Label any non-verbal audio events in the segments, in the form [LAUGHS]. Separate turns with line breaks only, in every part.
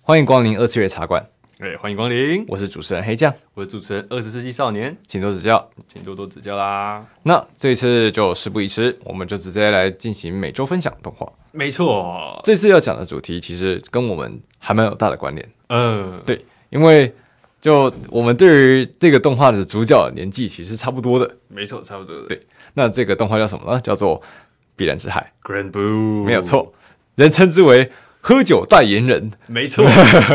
欢迎光临二次元茶馆，
哎，欢迎光临，
我是主持人黑酱，
我是主持人二十世纪少年，
请多指教。
请多多指教啦。
那这次就事不宜迟，我们就直接来进行每周分享动画。
没错，
这次要讲的主题其实跟我们还蛮有大的关联，
嗯，
对，因为就我们对于这个动画的主角的年纪其实差不多的。
没错，差不多的。
对那这个动画叫什么呢？叫做《必然之海
Grand Blue，》，
没有，错，人称之为喝酒代言人，
没
[LAUGHS]
错，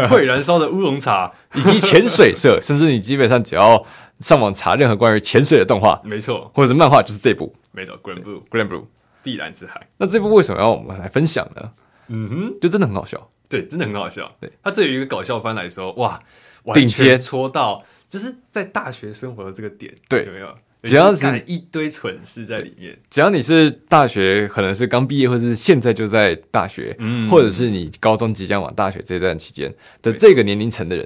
会燃烧的乌龙茶，
以及潜水社， [LAUGHS] 甚至你基本上只要上网查任何关于潜水的动画
没错，
或者是漫画，就是这部
没错，Grand Blue，
《Grand Blue》。
必然之海。
那这部为什么要我们来分享呢？
嗯哼，
就真的很好笑，
对，真的很好笑。
对，
它对于一个搞笑番来说，哇，
顶
完
尖
全戳到，就是在大学生活的这个点，
对
有没有？
只要
就是是干一堆蠢事在里面，
只要你是大学，可能是刚毕业，或者是现在就在大学，
嗯
或者是你高中即将往大学这段期间的这个年龄层的人，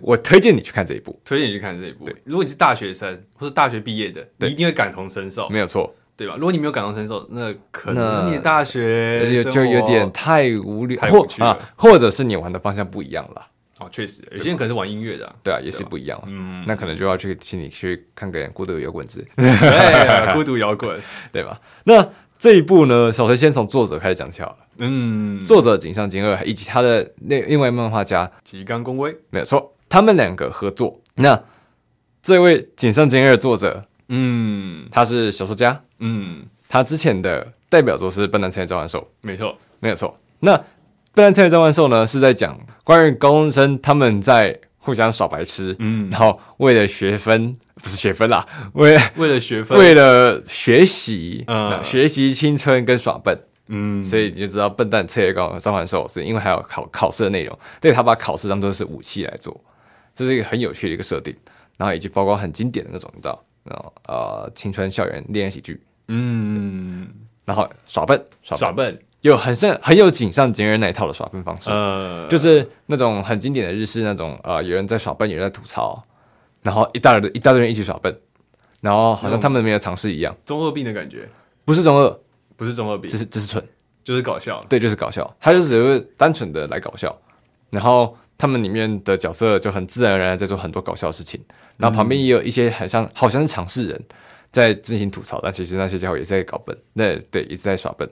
我推荐你去看这一部，
推荐你去看这一部。如果你是大学生或是大学毕业的，你
对
一定会感同身受，
没有错，
对吧？如果你没有感同身受，那可
那
能是你的大学
就
生活
就有点太无聊，
太
或
无趣了
啊，或者是你玩的方向不一样了，
哦，确实，有些人可能是玩音乐的啊、
对啊，也是不一样了。 [LAUGHS]
嗯，
那可能就要去，请你去看个《孤独摇滚之》， [LAUGHS]
对，孤独摇滚，
对吧？那这一部呢，首先先从作者开始讲起好了。 [LAUGHS]
嗯，
作者井上金二以及他的那另外漫画家
吉冈公威，
没有错，他们两个合作。那这位井上真二作者，
嗯
他是小说家，
嗯，
他之前的代表作是《笨蛋菜召唤兽》，
没错，
没有错。那《笨蛋菜召唤兽》呢，是在讲关于高中生他们在互相耍白痴，
嗯
然后为了学分不是学分啦，为
为了学分，
为了学习，
嗯
呃学习青春跟耍笨。
嗯，
所以你就知道笨蛋切糕召唤兽是因为还有考考试的内容，对他把考试当做是武器来做，这是一个很有趣的一个设定，然后以及包括很经典的那种，你知道，然后呃青春校园恋爱喜剧，
嗯，
然后耍笨耍
耍
笨，
笨，
有很像很有井上节约那一套的耍笨方式，
呃，
就是那种很经典的日式那种，呃有人在耍笨，有人在吐槽，然后一大堆一大堆人一起耍笨，然后
嗯
好像他们没有尝试一样，
中二病的感觉，
不是中二，
不是中二病
只，是只是蠢。
就是搞笑，
对，就是搞笑，他就只是单纯的来搞笑，然后他们里面的角色就很自然而然地在做很多搞笑的事情，然后旁边也有一些很像好像是尝试人在进行吐槽，但其实那些家伙也在搞笨，那对一直在耍笨，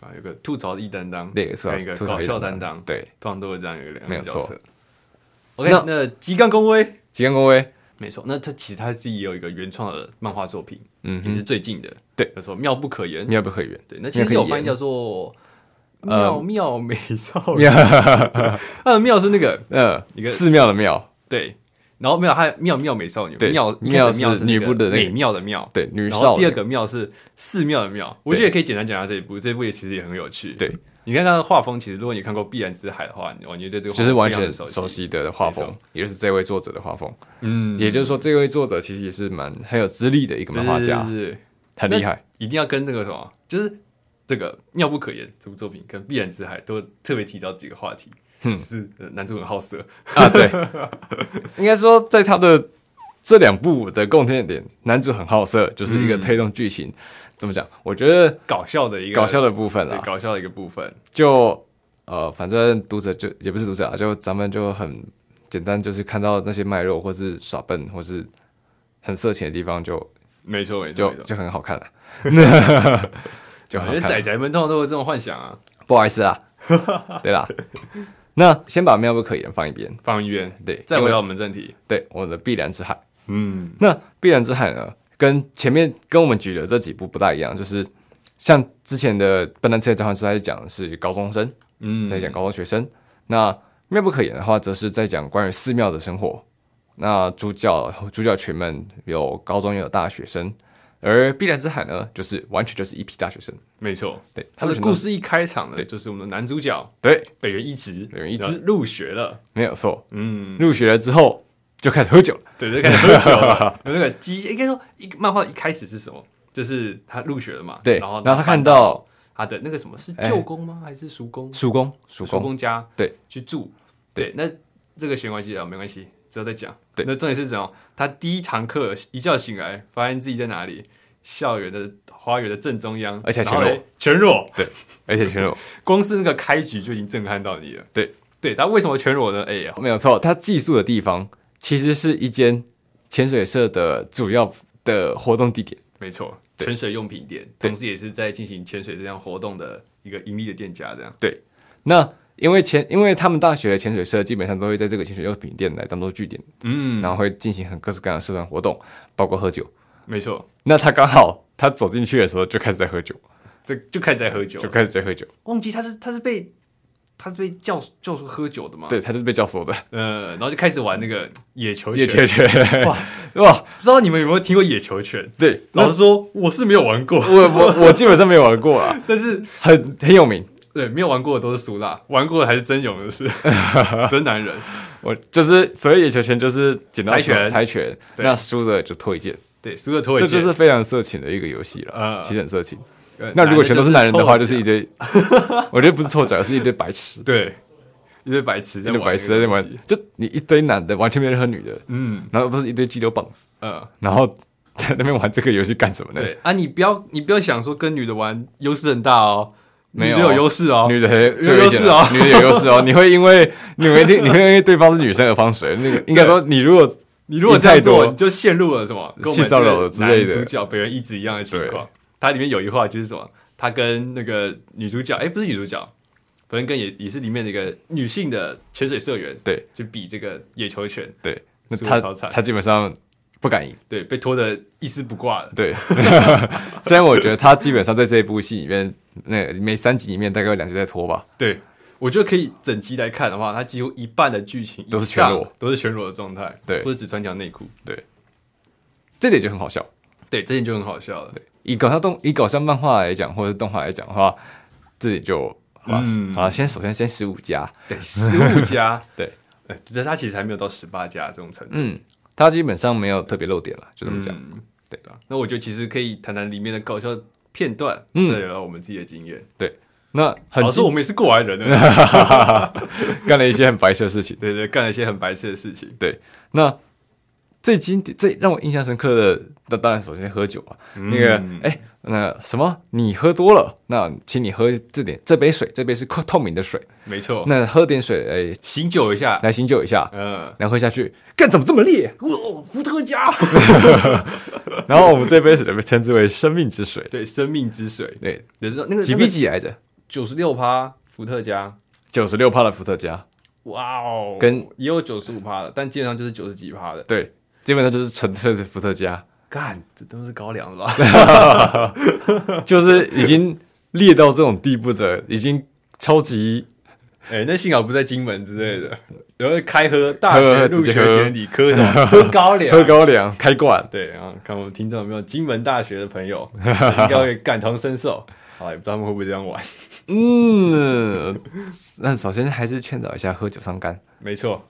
啊，有个吐槽的一担当，
那个是啊
跟一个
吐槽
搞
一
笑
种
担当，
对，
通常都有这样一个两
没
个
有
角
错
色。OK，
那
那吉冈公威，
吉冈公威，
没错，那他其实他自己也有一个原创的漫画作品，
嗯
也是最近的，
对，
叫做《妙不可言》。
妙不可言，
对，那其实有翻译叫做“妙妙美少女 [LAUGHS]
妙，”，
它的“妙”是那个
呃
一，个
寺庙的庙，
对，然后没有，它“妙妙美少女”，
对
妙一开
妙
始妙
是
那
女
个
部的那个
美妙的妙，
对，女
然后
少
第
女
二，个妙是寺庙的庙，我觉得也可以简单讲一下这一部，这一部也其实也很有趣。
对，
你看它的画风，其实如果你看过《必然之海》的话，哦你完全对这个画
就
风
是完
非常
全
地熟
熟。悉的画
没
风
错，
也就是这位作者的画风，
嗯，
也就是说这位作者其实也是蛮很有资历的一个
对
漫画
对
家，
对对对
很
那
厉害，
一定要跟那个什么，就是这个《妙不可言》这部作品跟《必然之海》都特别提到几个话题，
嗯
就是呃男主很好色， [LAUGHS]
啊，对， [LAUGHS] 应该说在他的这两部的共同点，男主很好色，就是一个推动剧情。怎么讲？我觉得
搞笑的一个
搞笑的啊部分
对
啦，
搞笑的一个部分，
就呃，反正读者就也不是读者啊，就咱们就很简单，就是看到那些卖肉或是耍笨或是很色情的地方就，
没错没错
就
没
就
错。
很好看
[LAUGHS]
了，就很
我
好
觉得
看
仔。仔们通常都有这种幻想啊，
不好意思
[LAUGHS]
啦， [LAUGHS] 对啦。那先把妙不可言放一边，
放一边，
对，
再
因
回
为
到我们正题，
对我的必然之海。
嗯，
那必然之海呢，跟前面跟我们举的这几部不大一样，就是像之前的《笨蛋车交换师》，它是讲的是高中生，
嗯
是在讲高中学生。那妙不可言的话，则是在讲关于寺庙的生活。那主角主角群们有高中也有大学生，而必然之海呢，就是完全就是一批大学生。
没错，
对，
他
们
的
全都
故事一开场呢，
对
就是我们的男主角
对，
北原一直，
北原一直
然后入学了，
没有错。
嗯，
入学了之后就开始喝酒了，
对，就开始喝
[LAUGHS]
酒了。有那个鸡，应该说一个漫画一开始是什么？就是他入学了嘛，
对，
然后
然后他看到
他的那个什么是
哎
舅公吗？还是叔公？
叔公，叔
叔
公
公家
对
去住，对，那这个没关系啊，没关系，之后再讲。
对
那重点是怎样？他第一堂课一觉醒来，发现自己在哪里？校园的花园的正中央，
而且还
然后
全裸
嘞，全裸， [LAUGHS]
而且全裸，
光是那个开局就已经震撼到你了。
对，
对他为什么全裸呢？哎呀，
没有错，他寄宿的地方其实是一间潜水社的主要的活动地点。
没错，潜水用品店，
对
同时也是在进行潜水这项活动的一个盈利的店家，这样。
那因为潜，因为他们大学的潜水社基本上都会在这个潜水用品店来当做据点，
嗯，
然后会进行很各式各样的社团活动，包括喝酒。
没错，
那他刚好他走进去的时候就开始在喝酒，
这就开始在喝酒
就，开始在喝酒。
忘记他是他是被他是被叫叫出喝酒的嘛？，
对，他就是被教唆的
呃，然后就开始玩那个野球
野
拳
球拳。
哇
哇 [LAUGHS] 哇，
不知道你们有没有听过野球拳？
对，
老
老
实
师，
说，我是没有玩
[LAUGHS]
过，
我我我基本上没有玩过啊，
但是
很很有名。
对没有玩过的都是苏辣，玩过的还是真勇的是 [LAUGHS] 真男人。
我就是所谓野球拳，就是剪刀
猜拳
猜拳，
对
那输的就脱一件，
对，输了头尾
这
剑，
就是非常色情的一个游戏了
嗯，
其实很色情。
呃
那如果全都是男人的话，
男
就是一
[LAUGHS]
堆，我觉得不是臭脚，是一堆白痴
臭，对一堆白痴在
一堆
玩
白痴在那
这个东
玩
西，
就你一堆男的，完全没有任何女的，
嗯
然后都是一堆肌肉棒子，
呃，
然后在那边玩这个游戏干什么呢？
对啊，你不要你不要想说跟女的玩优势很大哦，
没有
女的有优势哦，
女的很
有
最危险
优势哦
了女的有优势哦，你会因为你会你会因为对方是女生而放水，那个应该说你如果
你如果
赢
这样
太多
做，你就陷入了什么跟我们
性骚扰
这个
之类的
男主角本人一直一样的情况。它里面有一话就是什么，他跟那个女主角，哎、不是女主角，反正跟也也是里面的一个女性的潜水社员，
对，
就比这个野球拳，
对，那
输得超
他
惨
他基本上不敢赢。
对，被拖得一丝不挂的，
对， [LAUGHS] 虽然我觉得他基本上在这一部戏里面，那每三集里面大概有两集在拖吧，
对。我觉得可以整集来看的话，它几乎一半的剧情以上
都是全裸，
都是全裸的状态，
对
或者只穿条内裤，
这点就很好笑。
对，这点就很好笑了。
以搞笑动以搞笑漫画来讲，或者是动画来讲的话，这里就好了、
嗯
好了，先首先先十五家，
对，十五加，
[LAUGHS] 对
哎，只是它其实还没有到十八加这种程度。
嗯，它基本上没有特别漏点了，就这么讲。
嗯，对的。那我觉得其实可以谈谈里面的搞笑片段，
嗯
再聊聊我们自己的经验。
那很
老师，我们也是过来人呢，
[LAUGHS] 干了一些很白痴的事情。
对对，干了一些很白痴的事情。
那最经典、最让我印象深刻的，那当然首先喝酒啊。
嗯
那个，哎、那什么，你喝多了，那请你喝这点这杯水，这杯是透透明的水，
没错，
那喝点水来
醒酒一下，
来醒酒一下，
嗯，
然后喝下去，干怎么这么烈？
哇，伏特加， [LAUGHS]
[LAUGHS] 然后我们这杯水就被称之为生命之水，
对，生命之水，
对，
也是那个
几比几来着？
九十六趴伏特加，
九十六帕的伏特加，
哇哦，
跟
也有九十五趴的，但基本上就是九十几趴的。
对，基本上就是纯粹是伏特加， [LAUGHS]
干，这都是高粱了吧？
就是已经烈到这种地步的，已经超级
[LAUGHS] 哎、那幸好不在金门之
[LAUGHS]
类的，然后开喝大
喝
学
喝
入学
直接喝
典礼喝什
[LAUGHS]
么？喝高粱，
喝高粱
[LAUGHS]
开罐，
对，然后看我们听众有没有金门大学的
[LAUGHS]
朋友，应该会感同身受。啊，也不知道他们会不会这样玩。
嗯，那首先还是劝导一下喝酒伤肝，
没错，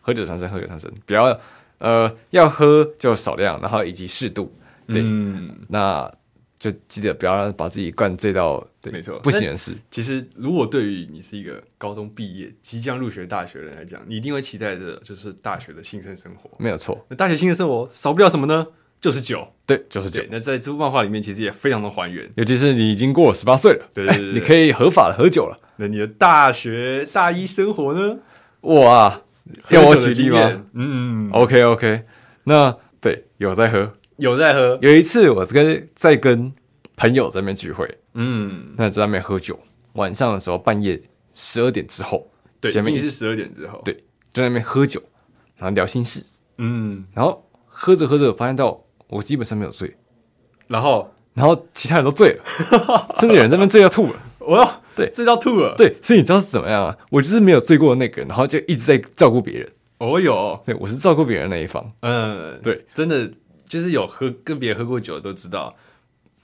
喝酒伤身，喝酒伤身，不要呃要喝就少量，然后以及适度，对，
嗯，
那就记得不要让把自己灌醉到对
没错
不省人事。
其实如果对于你是一个高中毕业、即将入学大学的人来讲，你一定会期待着就是大学的新生生活。
没有错，
那大学新生生活少不了什么呢？就是酒。
对，就是酒
对，，那在这部漫画里面其实也非常的还原。
尤其是你已经过十八岁了，
对对
哎
对对
你可以合法的喝酒了。
那你的大学大一生活呢？
哇， [LAUGHS] 要
喝
我
酒的
举例
经
吗
验？嗯，
？OK OK，那对有在喝。
有在喝。
有一次我跟在跟朋友在那边聚会，
嗯，
那在那边喝酒，晚上的时候半夜十二点之后，
对，
前面
一
一
定是
起
十二点之后。
对，就在那边喝酒，然后聊心事，
嗯，
然后喝着喝着发现到我基本上没有醉，
然后
然后其他人都醉
[LAUGHS]
了，甚至有人在那边醉到吐了。
我要
对
哦这叫吐了。
对，所以你知道是怎么样啊？我就是没有醉过的那个人，然后就一直在照顾别人。
哦有，
对，我是照顾别人的那一方。
嗯，
对，
真的就是有喝跟别人喝过酒的都知道，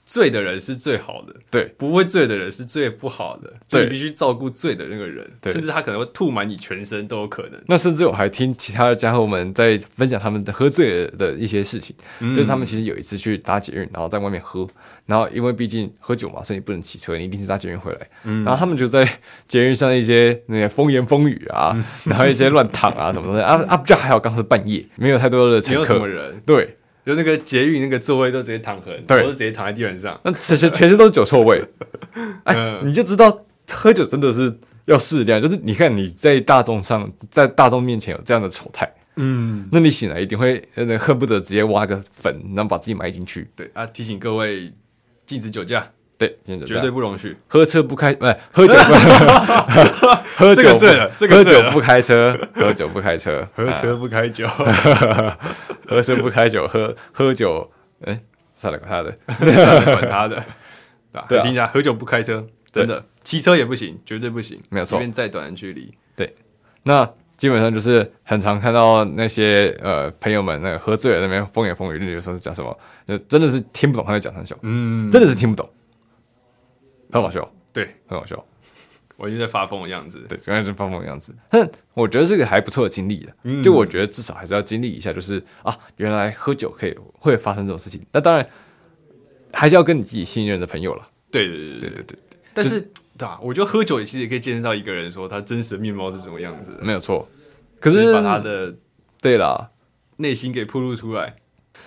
醉的人是最好的，
对，
不会醉的人是最不好的，
对
所以你必须照顾醉的那个人，
对
甚至他可能会吐满你全身都有可能。
那甚至我还听其他的家伙们在分享他们的喝醉的一些事情，
嗯
就是他们其实有一次去搭捷运，然后在外面喝，然后因为毕竟喝酒嘛，所以你不能骑车，你一定是搭捷运回来。
嗯
然后他们就在捷运上一些那些风言风语
嗯
啊，然后一些乱躺啊什么东西啊啊，就还好，刚好是半夜，没有太多的
没
乘
有什么
客。
人，
对，
就那个捷运那个座位都直接躺横，
对
我都直接躺在地板上。
那全身全身都是酒臭味，哎，
嗯
你就知道喝酒真的是要适量，就是你看你在大众上，在大众面前有这样的丑态，
[LAUGHS] 嗯，
那你醒来一定会呃恨不得直接挖个坟，然后把自己埋进去。
对啊，提醒各位禁止酒驾，
对，今天就这
绝
样
对不容许。
喝车不开，不、是喝酒不
[LAUGHS]
喝酒
这个
不
醉了这个
喝
醉
酒
了
不开车，喝酒不开车，
喝车不开酒， [LAUGHS]
喝车不开酒，喝喝酒，哎、算了，管他的，
管他的， [LAUGHS] 对吧？
对啊
听一下，喝酒不开车，真的，骑车也不行，绝对不行，
没有错
即便再短的距离，
那基本上就是很常看到那些呃朋友们那个喝醉了那边风言风语，例如说是讲什么，就真的是听不懂他在讲什么，
嗯，
真的是听不懂，很好笑，
对
很好笑，
我已经在发疯的样子。
对，刚才是放风的样子。但我觉得是个还不错的经历的，
嗯
就我觉得至少还是要经历一下，就是啊，原来喝酒可以会发生这种事情。那当然还是要跟你自己信任的朋友了，
对对对对对对，但是对啊，我觉得喝酒其实也可以见识到一个人说他真实的面貌是什么样子的，
没有错。嗯可
就是把他的
对啦，
内心给暴露出来。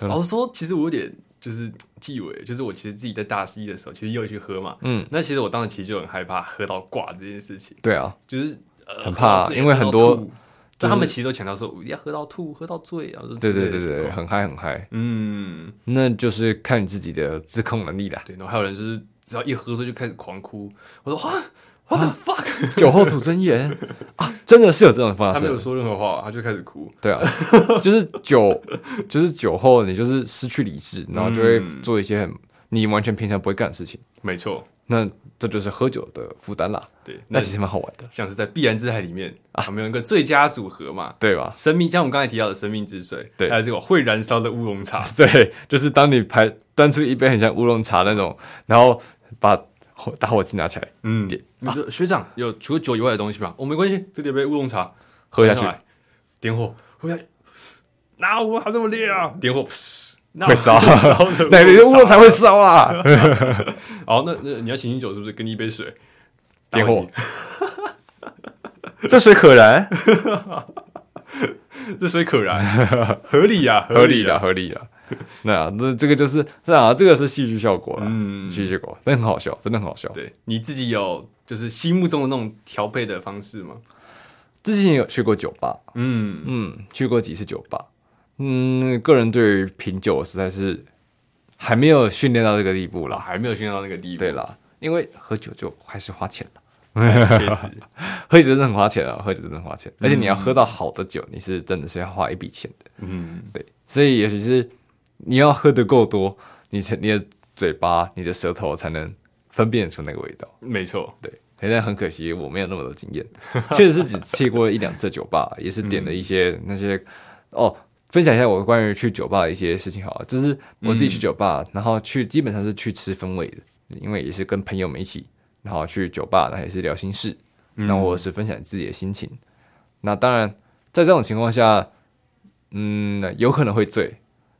嗯
老实说，其实我有点就是忌讳，就是我其实自己在大一的时候，其实又去喝嘛，
嗯，
那其实我当时其实就很害怕喝到挂这件事情，
对啊，
就是呃
很怕
喝到醉
因为
喝到
很多
吐
就
但他们
是
其实都强调说我一定要喝到吐，喝到醉，然后
对对对对，，很嗨很嗨，
嗯，
那就是看你自己的自控能力啦。
对，然后还有人就是只要一喝醉就开始狂哭，我说哇。What the fuck？
酒后吐真言啊，真的是有这种方
他
式
没有，说任何话，他就开始哭。
对啊，就是酒，就是酒后你就是失去理智，然后就会
嗯
做一些很你完全平常不会干的事情，
没错，
那这就是喝酒的负担啦。
对，
那
那啊
其实蛮好玩的，
像是在《必然之海》里面，我们有一个最佳组合嘛，
对吧？ [LAUGHS]
生命，像我们刚才提到的生命之水，
对
还有这个会燃烧的乌龙 [LAUGHS] 茶，
对，就是当你排端出一杯很像乌龙茶那种，然后把火打火机拿 [LAUGHS] 起来
嗯，你说学长有除了酒以外的东西吗？哦，没关系，这里有杯乌龙茶，
喝下
拿
去
上，来，点火，喝下去，哪有它这么烈啊？点火，那
会烧
[LAUGHS] 的
哪里的乌龙茶会烧 [LAUGHS] 啊？
好，那那你要醒醒酒是不是？给你一杯水，
点
打
火
机，
[LAUGHS] 这水可燃，
这水可 [LAUGHS] 燃，合理啊呀，
合理
呀
的，，合理的。那那这个就是这啊，这个是戏剧效果了，
嗯
戏剧效果，但很好笑，真的很好笑。
对，你自己有就是心目中的那种调配的方式吗？
之前有去过酒吧，
嗯，
嗯，去过几次酒吧，嗯，个人对于品酒实在是还没有训练到这个地步
我
啦。
还没有训练到那个地步，
对啦，因为喝酒就还是花钱啦，
确实，
喝酒真的很花钱啊，喝酒真的很花钱，而且你要喝到好的酒，你是真的是要花一笔钱的。
嗯。
对，所以也许是你要喝的够多，你才你的嘴巴、你的舌头才能分辨出那个味道。
没错，
对，诶但很可惜我没有那么多经验，确实是只去过一两次酒吧，也是点了一些那些、哦。分享一下我关于去酒吧的一些事情好了，就是我自己去酒吧，然后去基本上是去吃氛围的，因为也是跟朋友们一起，然后去酒吧，那也是聊心事，
嗯
那我是分享自己的心情。那当然，在这种情况下，嗯，有可能会醉，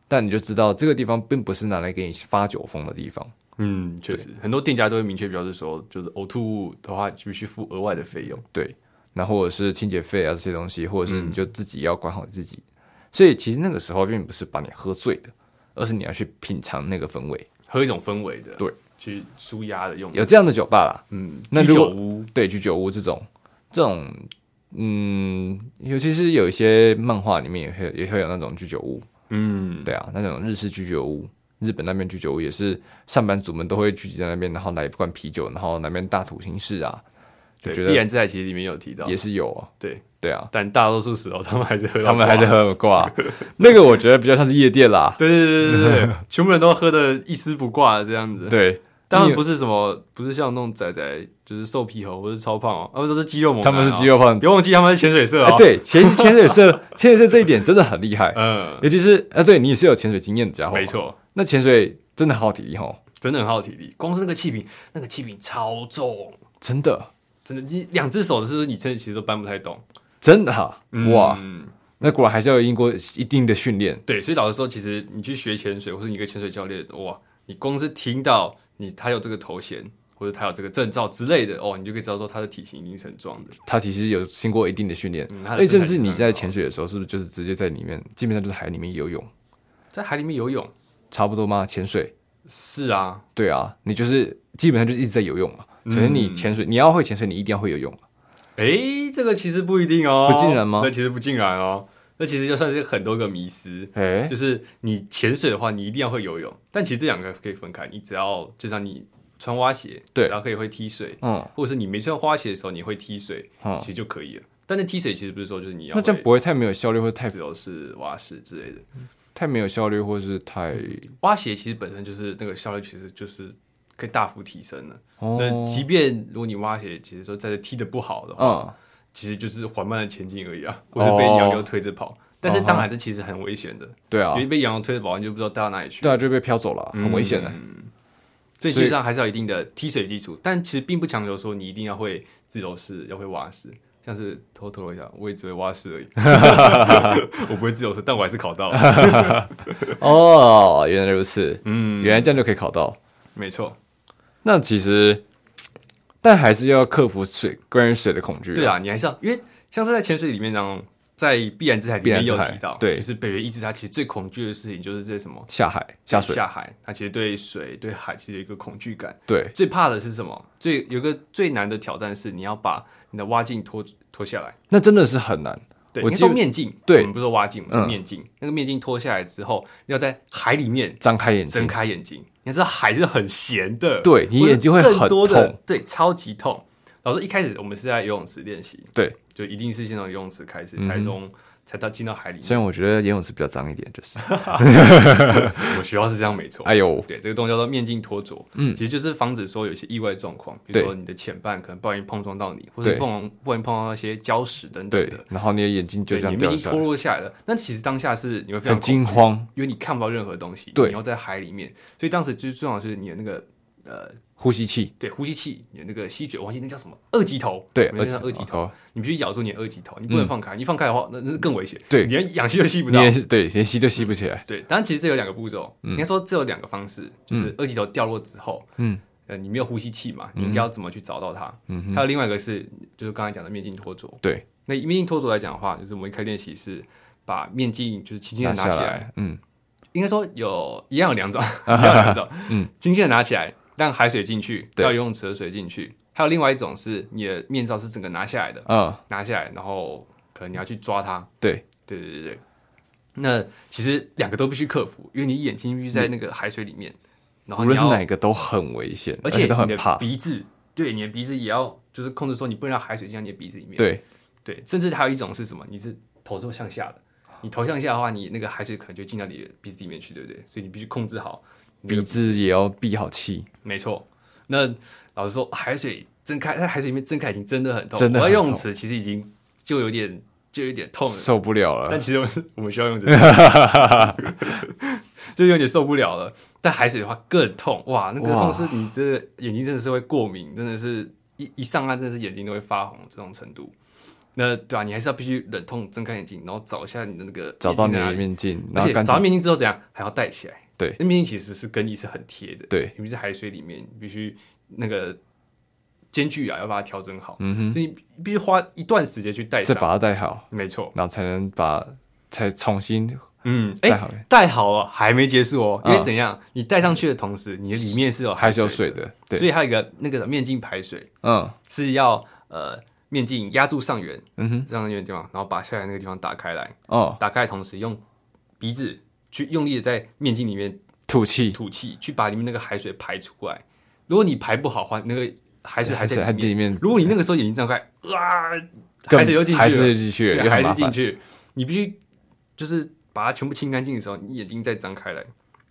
但你就知道这个地方并不是拿来给你发酒疯的地方。
嗯，确实，很多店家都会明确表示说，就是呕吐物的话，必须付额外的费用。
对，那或者是清洁费啊这些东西，或者是
嗯
你就自己要管好自己。所以其实那个时候并不是把你喝醉的，而是你要去品尝那个氛围。
喝一种氛围的，
对，
去舒压的用，
有这样的酒吧啦，
嗯，
那
居
如果
酒屋，
对居酒屋这种这种，嗯，尤其是有一些漫画里面也会也会有那种居酒屋，
嗯，
对啊，那种日式居酒屋。日本那边居酒屋也是上班族们都会聚集在那边，然后来一罐啤酒，然后那边大吐心事啊，就
对，
觉
必
得
然之海其实里面有提到
也，是有啊，
对，
对啊，
但大多数时候他们还是喝到挂，
他们还是很挂，那个我觉得比较像是夜店
[LAUGHS]
啦，
对，对对对对对，全部人都喝的一丝不挂的这样子。
对，
当然不
是，
是什么，不是像那种仔仔，就是瘦皮猴或是超胖哦，他们都是肌肉猛
他
男哦，
们是肌肉胖。
别忘记他们是潜水社
哎
哦，，
对，潜潜水社， [LAUGHS] 潜水社这一点真的很厉害，
嗯，
尤其是啊，对你也是有潜水经验的家伙，
没。错，
那潜水真的好体力哦吼，
真的很耗体力，光是那个气瓶，那个气瓶超重。
真的，
真的，你两只手是不是你真的其实都搬不太动？
真的哈，哇，
嗯，
那果然还是要经过一定的训练，
对，所以老实说，其实你去学潜水，或者你一个潜水教练，哇，你光是听到你他有这个头衔，或者他有这个证照之类的，哦，你就可以知道说他的体型一定是很壮的。
它其实有经过一定的训练
嗯，它的
而且
身
甚
材
至
也
你
很
在
好
潜水的时候，是不是就是直接在里面，基本上就是海里面游泳，
在海里面游泳，
差不多吗？潜水，
是啊，
对啊，你就是基本上就是一直在游泳嘛。首先你
嗯
潜水，你要会潜水，你一定要会游泳，
诶，哎这个其实不一定哦，
不尽然吗
那其实不尽然哦，那其实就算是很多个迷思。
哎、
就是你潜水的话，你一定要会游泳，但其实这两个可以分开。你只要就像你穿蛙鞋，
对
然后可以会踢水，
嗯
或者是你没穿蛙鞋的时候你会踢水，
嗯
其，实就可以了。但是踢水其实不是说就是你要
那这样不会太没有效率，或者太
只有是蛙式之类的。
太没有效率，或是太
蛙鞋其实本身就是那个效率，其实就是可以大幅提升的。
哦
那即便如果你蛙鞋其实说在这踢的不好的话，
嗯
其实就是缓慢的前进而已啊，或是被洋
哦
流推着跑。但是当然这其实很危险的，
对啊
因，为被洋流推着跑，你就不知道带到哪里去。
对啊，就被飘走了
嗯
啊，很危险的、
所以基
所以
本上还是要有一定的踢水基础，但其实并不强求说你一定要会自由式，要会蛙式。像是偷偷一下，我也只会蛙式而已，
[LAUGHS]
[LAUGHS] 我不会自由式，但我还是考到了。
哦，原来如此，
嗯，
原来这样就可以考到。
没错，
那其实，但还是要克服水关于水的恐惧、
对，啊，你还是要，因为像是在潜水里面当中，在必然之海里
必然
面
之
有
海
提到，
对
就是北约一直他其实最恐惧的事情就是这些什么
下海下水，
下海，他其实对水对海其实有一个恐惧感。
对，
最怕的是什么？最有一个最难的挑战是你要把你的蛙镜脱脱下来。
那真的是很难。
对，
我
应该
记得
说面镜，
对
我们不是说蛙镜，我
嗯
们说面镜。那个面镜脱下来之后，要在海里面
张开眼
睁
睛，
开眼睛，你知道海是很咸的，
对你
或是
眼睛会很
更多的
痛，
对，超级痛。老师一开始我们是在游泳池练习，
对，
就一定是先从游泳池开
嗯
始，才从才到进到海里面。
虽然我觉得游泳池比较脏一点，
[LAUGHS]
就是，
哦我们学校是这样没错。
哎呦，
对，这个动作叫做面镜脱着，嗯，其实就是防止说有一些意外状况，比如
对
说你的前半可能不小心碰撞到你，或者
对
碰不小心碰到一些礁石等等
对
的，，
然后你的眼睛就
对，
这样
你们
掉
已经
下
脱
来，
落下来了。但其实当下是你会非常
很惊
恐惧，
慌，
因为你看不到任何东西，
对
你要在海里面，所以当时就是最重要的就是你的那个呃，
呼吸器，
对，呼吸器，你的那个吸嘴，我忘记那叫什么，二级头，
对，哦
我们叫二级头，
头，
你必须咬住你的二级头，你不能放开，你放开的话，那那是更危险，
嗯对
你连氧气都吸不嗯
你
到
也。是对，连吸都吸不起来，
对，当然其实这有两个步骤，应该说这有两个方式，就是二级头掉落之后，
嗯，
呃，你没有呼吸器嘛，你应该要怎么去找到它？嗯，还有另外一个是，就是刚才讲的面镜脱着，
对，
那面镜脱着来讲的话，就是我们一开练习是把面镜就是轻轻的拿
下
起来，，
嗯，
应该说有一样有两种，一样有两种，
嗯
嗯，轻轻的拿起来，让海水进去，
对
让游泳池的水进去。还有另外一种是你的面罩是整个拿下来的，
啊，
拿下来，然后可能你要去抓它，
对，
对对对对。那其实两个都必须克服，因为你眼睛必须在那个海水里面，然后
无
哦你
论是
要，
哪一个都很危险，
而
而
且
都很
你的
怕，
鼻子，对，你的鼻子也要就是控制说你不能让海水进到你的鼻子里面，
对，
对，甚至还有一种是什么？你是头是向下的，你头向下的话，你那个海水可能就进到你的鼻子里面去，对不对？所以你必须控制好你那
鼻
个
子也要闭好气，
没错。那老实说，海水睁开在海水里面睁开已经真的很痛，
真的
我
很
在
痛
泳池其实已经就有点就有点痛了，
受不了
哦但
了，
其实我们我们需要泳池，
[LAUGHS]
就有点受不了了。但海水的话更痛，哇，那个
哇
痛是你这眼睛真的是会过敏，真的是一一上岸真的是眼睛都会发红这种程度。那对啊，你还是要必须忍痛睁开眼睛，然后找一下你的那个
找到
眼
你
睛在哪
的
里
面镜，
而
然后
且
赶紧
找到面镜之后怎样，还要戴起来。
对
那面镜其实是跟你是很贴的。
对，
你必须在海水里面，你必须那个间距啊，要把它调整好。嗯哼，所以你必须花一段时间去戴
再
上。
把它戴好，
没错，
然后才能把才重新
嗯，哎、
戴好，
戴好了还没结束哦，因为
嗯
怎样？你戴上去的同时，你的里面是有
还是有
水
水的，
的，所
对，
以还有一个那个面镜排水
嗯，
是要呃面镜压住上缘，
嗯哼，
上缘的地方，然后把下来那个地方打开来，
哦，
打开的同时用鼻子去用力的在面镜里面
吐气，
吐气，去把里面那个海水排出来。如果你排不好的话，那个海水还
还
在
还
里面。
里面，
如果你那个时候眼睛张开，啊，
更
海水又进去了，
还是又进去了，
对，
又
还
很
是
麻
进
烦，
去，你必须就是把它全部清干净的时候，你眼睛再张开来，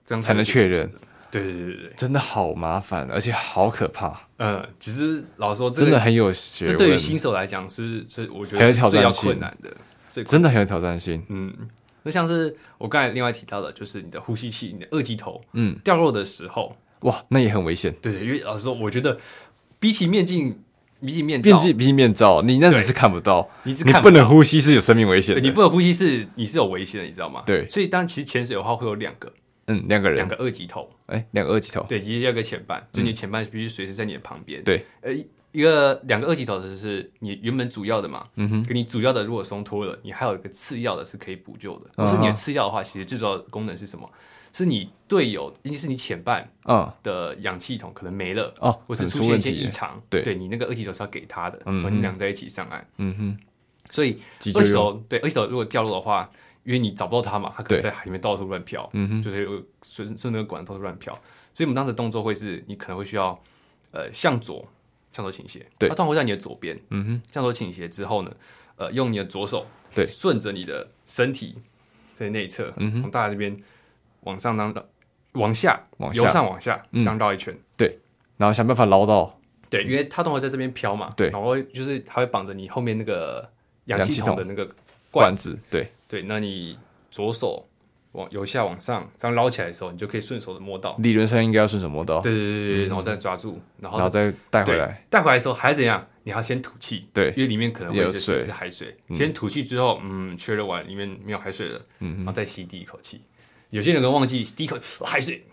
这样
才能确认
是的。对对对对对，
真的好麻烦，而且好可怕，
嗯，其实老实说，这
真的
个
很有学
这
问，
对于新手来讲是，是我觉
很有
得
挑
是最要
战性
困难的。最
真的很有挑战性，
嗯，那像是我刚才另外提到的，就是你的呼吸器，你的二级头，
嗯，
掉落的时候，
哇，那也很危险。
对对，因为老实说，我觉得比起面镜，比起面罩，
面镜比面罩，你那只
对
是看不到，
你
[LAUGHS]
是
你
看
不
到
能呼吸是有生命危险
对
的。
你不能呼吸是你是有危险的，你知道吗？
对
所以当其实潜水的话会有两个，
嗯，两个
两
人，
个二级头，
哎，两个二级头，
对，一个一个前半，就你前半必须随时在你的旁边。
嗯对，
呃，一一个两个二级头的是你原本主要的嘛，嗯哼，你主要的如果松脱了，你还有一个次要的是可以补救的。
嗯
可是你的次要的话，其实最主要的功能是什么？是你队友，尤其是你前半
嗯，
的氧气筒可能没了，
哦，
或是
很
出
出
现
问
一些
题
异
耶，
常，
对
你那个二级头是要给他的，
嗯
然后你们俩在一起上岸，
嗯哼，
所以
急
二
救
级
用，
头对二级头如果掉落的话，因为你找不到它嘛，它可能在海里面到处乱飘，
嗯哼，
就是有顺顺那个管到处乱飘，所以我们当时动作会是你可能会需要呃向左向左倾斜，
对
它通常会在你的左边
嗯哼，
向左倾斜之后呢，呃，用你的左手
对嗯
顺着你的身体在内侧，从大腿这边往上当往下
往
由
下，嗯
上往下这样绕一圈。
然后想办法捞到，
对，因为它通常在这边飘嘛，
对
然后就是它会绑着你后面那个氧
氧
气
气
筒
筒
的那个
罐子，对，
对，那你左手往由下往上这样捞起来的时候，你就可以顺手的摸到，
理论上应该要顺手摸到，
对对对对对，然后再抓住，
嗯
然
然后
后
再带回
对
来，
带回来的时候还是怎样？你要先吐气，
对
因为里面可能会
也有
是是
水嗯
海水，先吐气之后，嗯，确认完里面没有海水了，然后再吸第一口气。有些人可能忘记第一口海水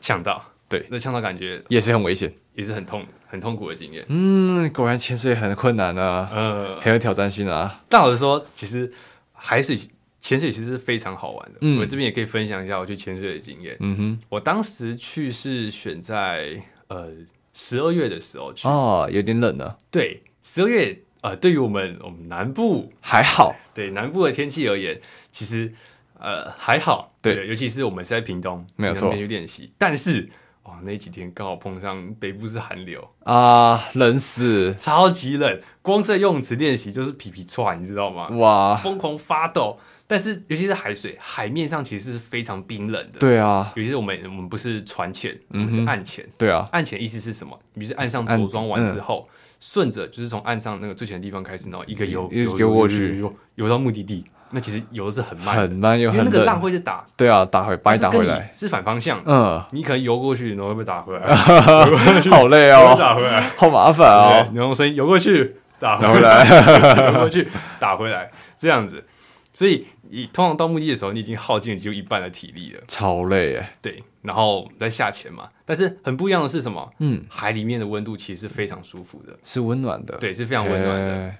呛到，
呃对，
那呛到感觉
也是很危险。
也是很痛很痛苦的经验。
嗯，果然潜水很困难啊，
呃，
很有挑战性啊。
但老实说，其实海水潜水其实是非常好玩的。
嗯
我这边也可以分享一下我去潜水的经验。
嗯哼，
我当时去是选在呃十二月的时候去，
哦，有点冷了，
对，十二月呃，对于我们我们南部
还好。
对南部的天气而言，其实呃还好，
对
尤其是我们是在屏东，
没有
屏
错
东那边去练习，但是。哦，那几天刚好碰上北部是寒流，
啊，冷死！
超级冷，光在游泳池练习就是皮皮喘，你知道吗？
哇，
疯狂发抖。但是尤其是海水，海面上其实是非常冰冷的。，
对啊，
尤其是我们我们不是船潜，我们是岸潜。
对啊，
岸潜意思是什么？你是岸上
岸
着装完之后，顺着就是从岸上那个最浅的地方开始，然后一个游
嗯一直游过去
游游到目的地。那其实游的是很慢的，
很慢又
因为那
很
个浪
冷。
会是打，
对啊，打回把你
它
打
是跟
回
你
来，
是反方向，
嗯，
你可能游过去，然后会被打回
[LAUGHS]
来，
好累
然后
哦，
打回来，
好麻烦
对
哦，
你用声音游过去，打回
打
来
回。来，
[LAUGHS] 游过去打回来，这样子。所以你通常到目的地的时候，你已经耗尽了几乎一半的体力了，
超累耶。
对。然后再下潜嘛，但是很不一样的是什么？
嗯，
海里面的温度其实是非常舒服的，
是温暖的，
对，是非常温暖的。
哎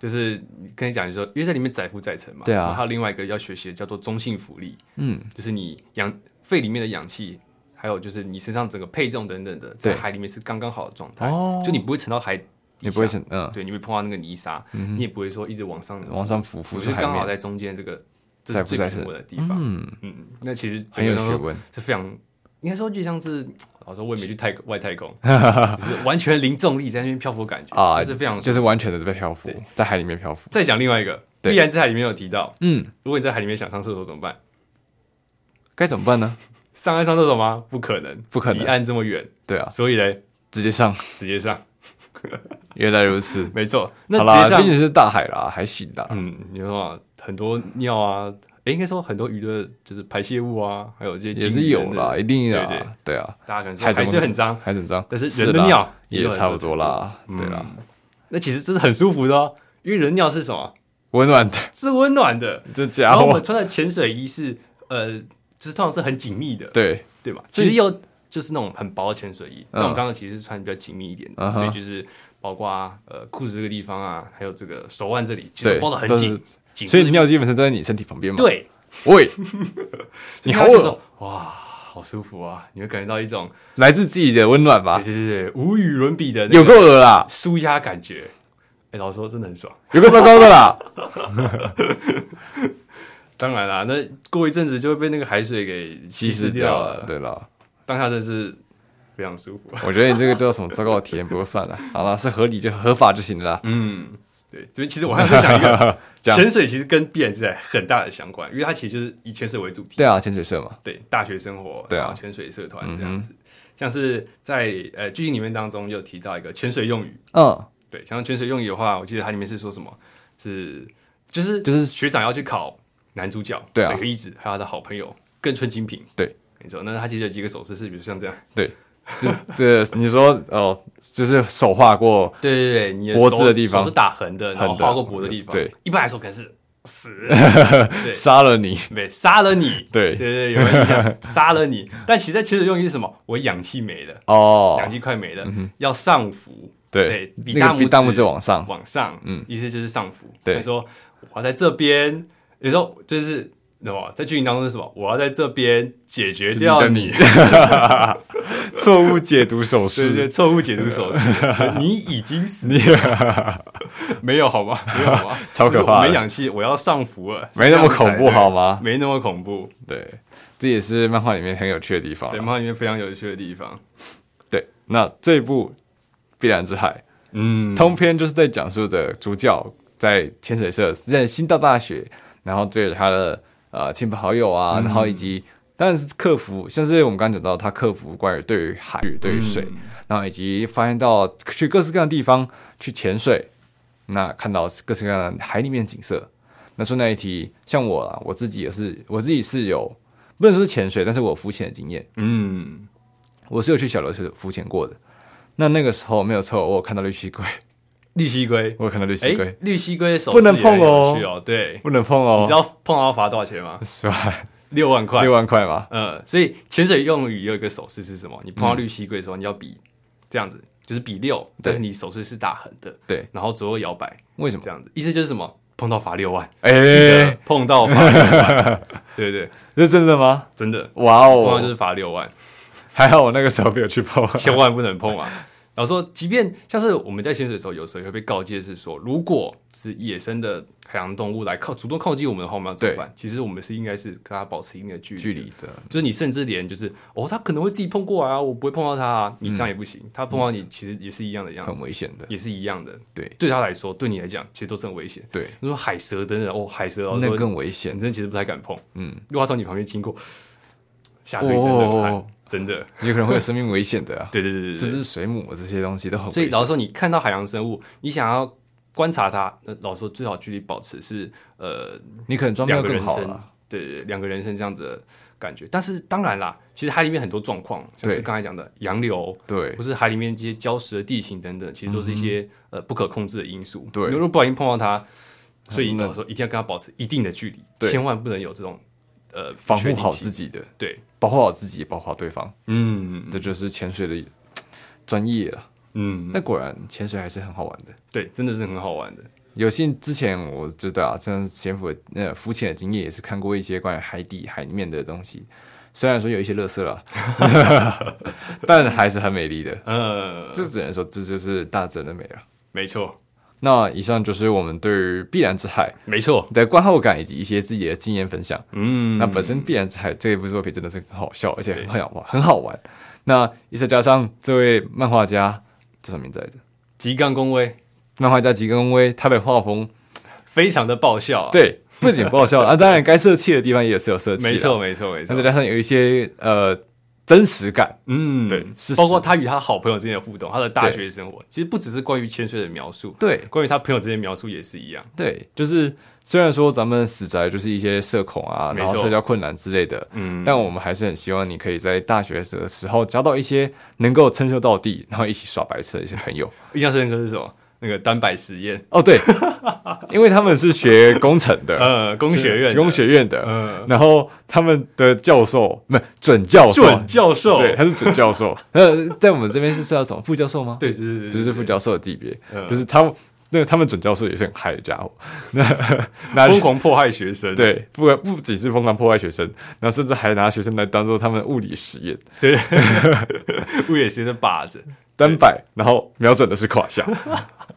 就是跟你讲，就是说，因为在里面载浮载沉嘛，
对啊
然后还有另外一个要学习的叫做中性浮力，
嗯，
就是你氧肺里面的氧气，还有就是你身上整个配重等等的，
对
在海里面是刚刚好的状态，
哦
就你不会沉到海底下，
你不会沉，嗯，
对，你会碰到那个泥沙，你也不会说一直往上
往上浮浮
我
是
是
海
刚好
面，
在中间这个，这
在
是
不
最
在
平
是
稳的地方。
嗯，
嗯，那其实
很
整
有
个
学
都
问。
是非常，应该说就像是，老实说我也没去太外
[LAUGHS]
太空，就是完全零重力在那边漂浮，感觉
啊
那是非常
就是完全的被漂浮，在海里面漂浮。
再讲另外一个，
对
必然之海里面有提到，
嗯，
如果你在海里面想上厕所怎么办？
该怎么办呢？
上岸上厕所吗？不可能，
不可能
离岸这么远，
对啊，
所以嘞，
直接上。 [LAUGHS]
直接上，
原来如此。
没错。
好
那
啦，
直接
毕
上，
竟是大海啦，还行啦。
嗯，你说啊很多尿啊，诶，应该说很多娱乐就是排泄物啊，还有这些
也
鲸
是
鱼
有
等等
啦，一定
对对
啊，对啊，
大家可能说
海怎
海
么
水很脏，
还整张，
但是
是
人的
啦
尿
也差不多，啦，
嗯
对啦，
那其实这是很舒服的哦，因为人尿是什么？
温暖的 [LAUGHS]
是温暖的。
这
然
家
后我
伙
们，穿的潜水衣是呃，就是通常是很紧密的，
对，
对吧？
所
其
以
实又就是那种很薄的潜水衣，但我
嗯
们刚刚其实是穿比较紧密一点的，
嗯
所
哼
以就是包括呃裤子这个地方啊，还有这个手腕这里，其实
对，
都包的很
都是
紧，紧
所以你
致
尿基本上都在你身体旁边嘛。，
对， [LAUGHS]
喂，你好
看到
恶，
就说哇，好舒服啊！你会感觉到一种
来自自己的温暖吧
对，对对对无与伦比的那
啊有
个
够恶啦，
舒压感觉。哎，老实说真的很爽。
有够糟糕的 [LAUGHS] 啦，
当然啦，那过一阵子就会被那个海水给
稀
稀
释
释
掉
了
了。。对了，
当下真是非常舒服。
我觉得你这个叫什么糟糕的体验，不过算了， [LAUGHS] 好了，是合理就合法就行了啦。，
嗯，对，这边其实我还想再讲一个
[LAUGHS] 讲
潜水其实跟必然之海很大的相关，因为它其实就是以潜水为主题。
对啊，潜水社嘛，
对，嗯大学生活，
对啊
然后潜水社团这样子，像是在呃剧情里面当中有提到一个潜水用语，
嗯，
对，像潜水用语的话，我记得它里面是说什么，是就是
就是
学长要去考男主角，
对啊
一子还有他的好朋友更春精品，
对，
没错，那他其实有几个手势是，比如像这样，
就是对，你说哦，就是手画过，
对对对，你的
脖
手
子的地方
手是打横的，然后
横的
划过脖的地方，
对，
一般来说可能是死，对
杀了你，
对，杀了你，
对
对对，有
[LAUGHS]
人讲杀了你，但其实其实用意是什么？我氧气没了，
哦
氧，气快没了，要上浮，
对，
比
那
大
个
拇
比大拇
指
指往上，
往上，
嗯
意思就是上浮。
对
他说我要在这边，有时候就是什么，在剧情当中是什么？我要在这边解决掉
的
你，，
错误解读手
对对对，
[LAUGHS] 势，
错误解读手势，你已经死了， [LAUGHS] 没有好吗？没有好吗？
[LAUGHS] 超可怕
就是我
的
没氧气，我要上浮了，
没那么恐
是这样子
怖
才
好吗？
对？没那么恐怖，
对，这也是漫画里面很有趣的地方
对，
啊。
漫画里面非常有趣的地方，
对，那这部《必然之海》
嗯，
通篇就是在讲述的主角在潜水社认新到大学，然后对着他的呃亲朋好友啊，然后以及当然是克服，像是我们刚刚讲到他克服关于对于海、对于水，然后以及发现到去各式各样的地方去潜水，那看到各式各样的海里面的景色。那顺带一提，像我啊，我自己也是，我自己是有不能说是潜水，但是我有浮潜的经验，
嗯，
我是有去小琉球浮潜过的。那那个时候没有错，我有看到绿蜥龟，
绿蜥龟，
[LAUGHS] 我有看到绿
哎
蜥龟，，
绿蜥龟手
不能
势也很
碰哦
有趣哦，对。
不能碰
你
哦？
知。道碰到要罚多少钱吗
[LAUGHS] 是吧？
六万块
六。万块嘛，
呃，所以潜水用语有一个手势是什么？你碰到绿蜥龟的时候，你要比这样子，就是比六，但是你手势是打横的，
对，
然后左右摇摆
为什么？
这样子，意思就是什么？碰到罚六万，
哎、
记得碰到罚六万，
[LAUGHS]
对对，
这是真的吗？
真的
哇
碰到啊就
哦，
是罚六万，
还好我那个时候没有去碰。
千万不能碰啊。然后说，即便像是我们在潜水的时候，有时候也会被告诫是说，如果是野生的海洋动物来靠主动靠近我们的话，我们要怎么
对
办？其实我们是应该是跟它保持一定的 [LAUGHS] 距离的，
距离的，
就是你甚至连就是哦，他可能会自己碰过来啊，我不会碰到他啊，你这样也不
嗯
行，他碰到你其实也是一样的样子，
很危险的。
也是一样的。
嗯对
对他来说，对你来讲，其实都是很危险。
对，
你说海蛇等等，哦，海蛇，我
那
说
更危
你
险。
真的其实不太敢碰，
嗯，
如果他从你旁边经过，吓出一身冷汗，
哦
真的。，
有可能会有生命危险的啊
[LAUGHS] 对对对对
甚
对。
至水母这些东西都很
所以
危险。
老实说，你看到海洋生物，你想要观察它，那老实说，最好距离保持是呃
你可能装备
两
要
个
更
人
好啊
生，
了。
对对，对两个人生这样子的感觉。但是当然啦，其实海里面很多状况，像是
对
刚才讲的洋流，啊
对
或是海里面这些礁石的地形等等，其实都是一些、呃不可控制的因素。
嗯对
你如果不小心碰到它，所以
嗯
你
那
说一定要跟它保持一定的距离，
对
千万不能有这种呃
防护好
己。
自己的，
对，
保护好自己，保护好对方，
嗯
这就是潜水的专业了。
嗯，
那果然潜水还是很好玩的。
对，真的是很好玩的。
有幸之前我知道啊，像潜伏的呃浮潜的经验也是看过一些关于海底海里面的东西，虽然说有一些乐色了， [LAUGHS] 但还是很美丽的。
呃，
这只能说这就是大自然的美了。
没错，
那以上就是我们对于《必然之海
没错》。
的观后感以及一些自己的经验分享。
嗯，
那本身《必然之海》这一部作品真的是很好笑，而且
对
很好玩，很好玩。那再加上这位漫画家叫什么名字来着？
吉冈公威
漫画家吉根威，他的画风
非常的爆笑、啊。， [LAUGHS]
对，不仅爆笑啊，当然该色气的地方也是有色气，
没。错，没错，没
那
错
再。加上有一些呃真实感，
嗯，
对是
包
是
括他与他好朋友之间的互动，他的大
对
学生活，其实不只是关于千岁的描述，
对
关于他朋友之间的描述也是一样。
对，就是虽然说咱们死宅就是一些社恐啊，
没
然后
错
社交困难之类的，
嗯，
但我们还是很希望你可以在大学的时候交到一些能够称兄道弟，然后一起耍白痴的一些朋友。
印象深刻是什么？那个单摆实验，
哦，对，因为他们是学工程的，
[LAUGHS] 呃，工学院的，
工学院的，
嗯
然后他们的教授不是准教授，
准教授，
对，他是准教授。那在我们这边是是要什么副教授吗？
对，就是
只是副教授的地别，
嗯
就是他们那个他们准教授也是很嗨的家伙，那拿
[LAUGHS] 疯狂迫害学生，
对不不仅是疯狂破坏学生，然后甚至还拿学生来当做他们的物理实验
对，物理学的靶子，
单摆，然后瞄准的是胯下。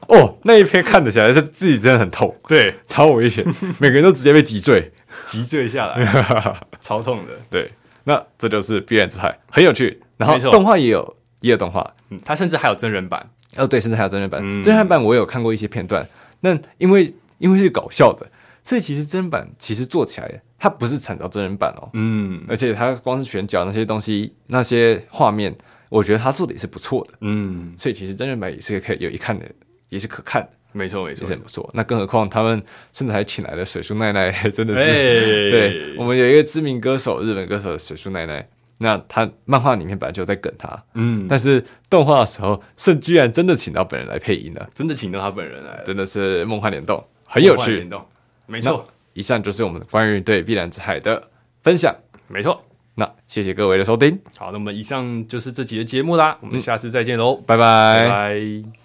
哦，那一篇看得起来是自己真的很痛，
对，
超危险，每个人都直接被击坠。
脊椎下来，
[LAUGHS]
超痛的。
对，那这就是必然之害，很有趣。然后
没错
动画也有也有动画，
嗯，他甚至还有真人版，
哦，对，甚至还有真人版。
嗯
真人版我有看过一些片段，那因为因为是搞笑的，所以其实真人版其实做起来它不是惨遭真人版哦，
嗯
而且它光是选角那些东西、那些画面，我觉得它做的也是不错的。
嗯，
所以其实真人版也是可以有一看的，也是可看的，
没错没
也
错
是，很不错。那更何况他们甚至还请来了水树奈 [LAUGHS] 奈，真
哎
的是、对
对
我们有一个知名歌手，日本歌手水树奈奈。那他漫画里面本来就在梗他，
嗯，
但是动画的时候，甚居然真的请到本人来配音了。
真的请到他本人来了，
真的是梦幻联动，很有
梦幻
趣
联。动，没错，
以上就是我们关于对《碧蓝之海》的分享。
没错。
那谢谢各位的收听，
好，那么以上就是这集的节目啦，我们下次再见喽，
嗯拜拜。
拜拜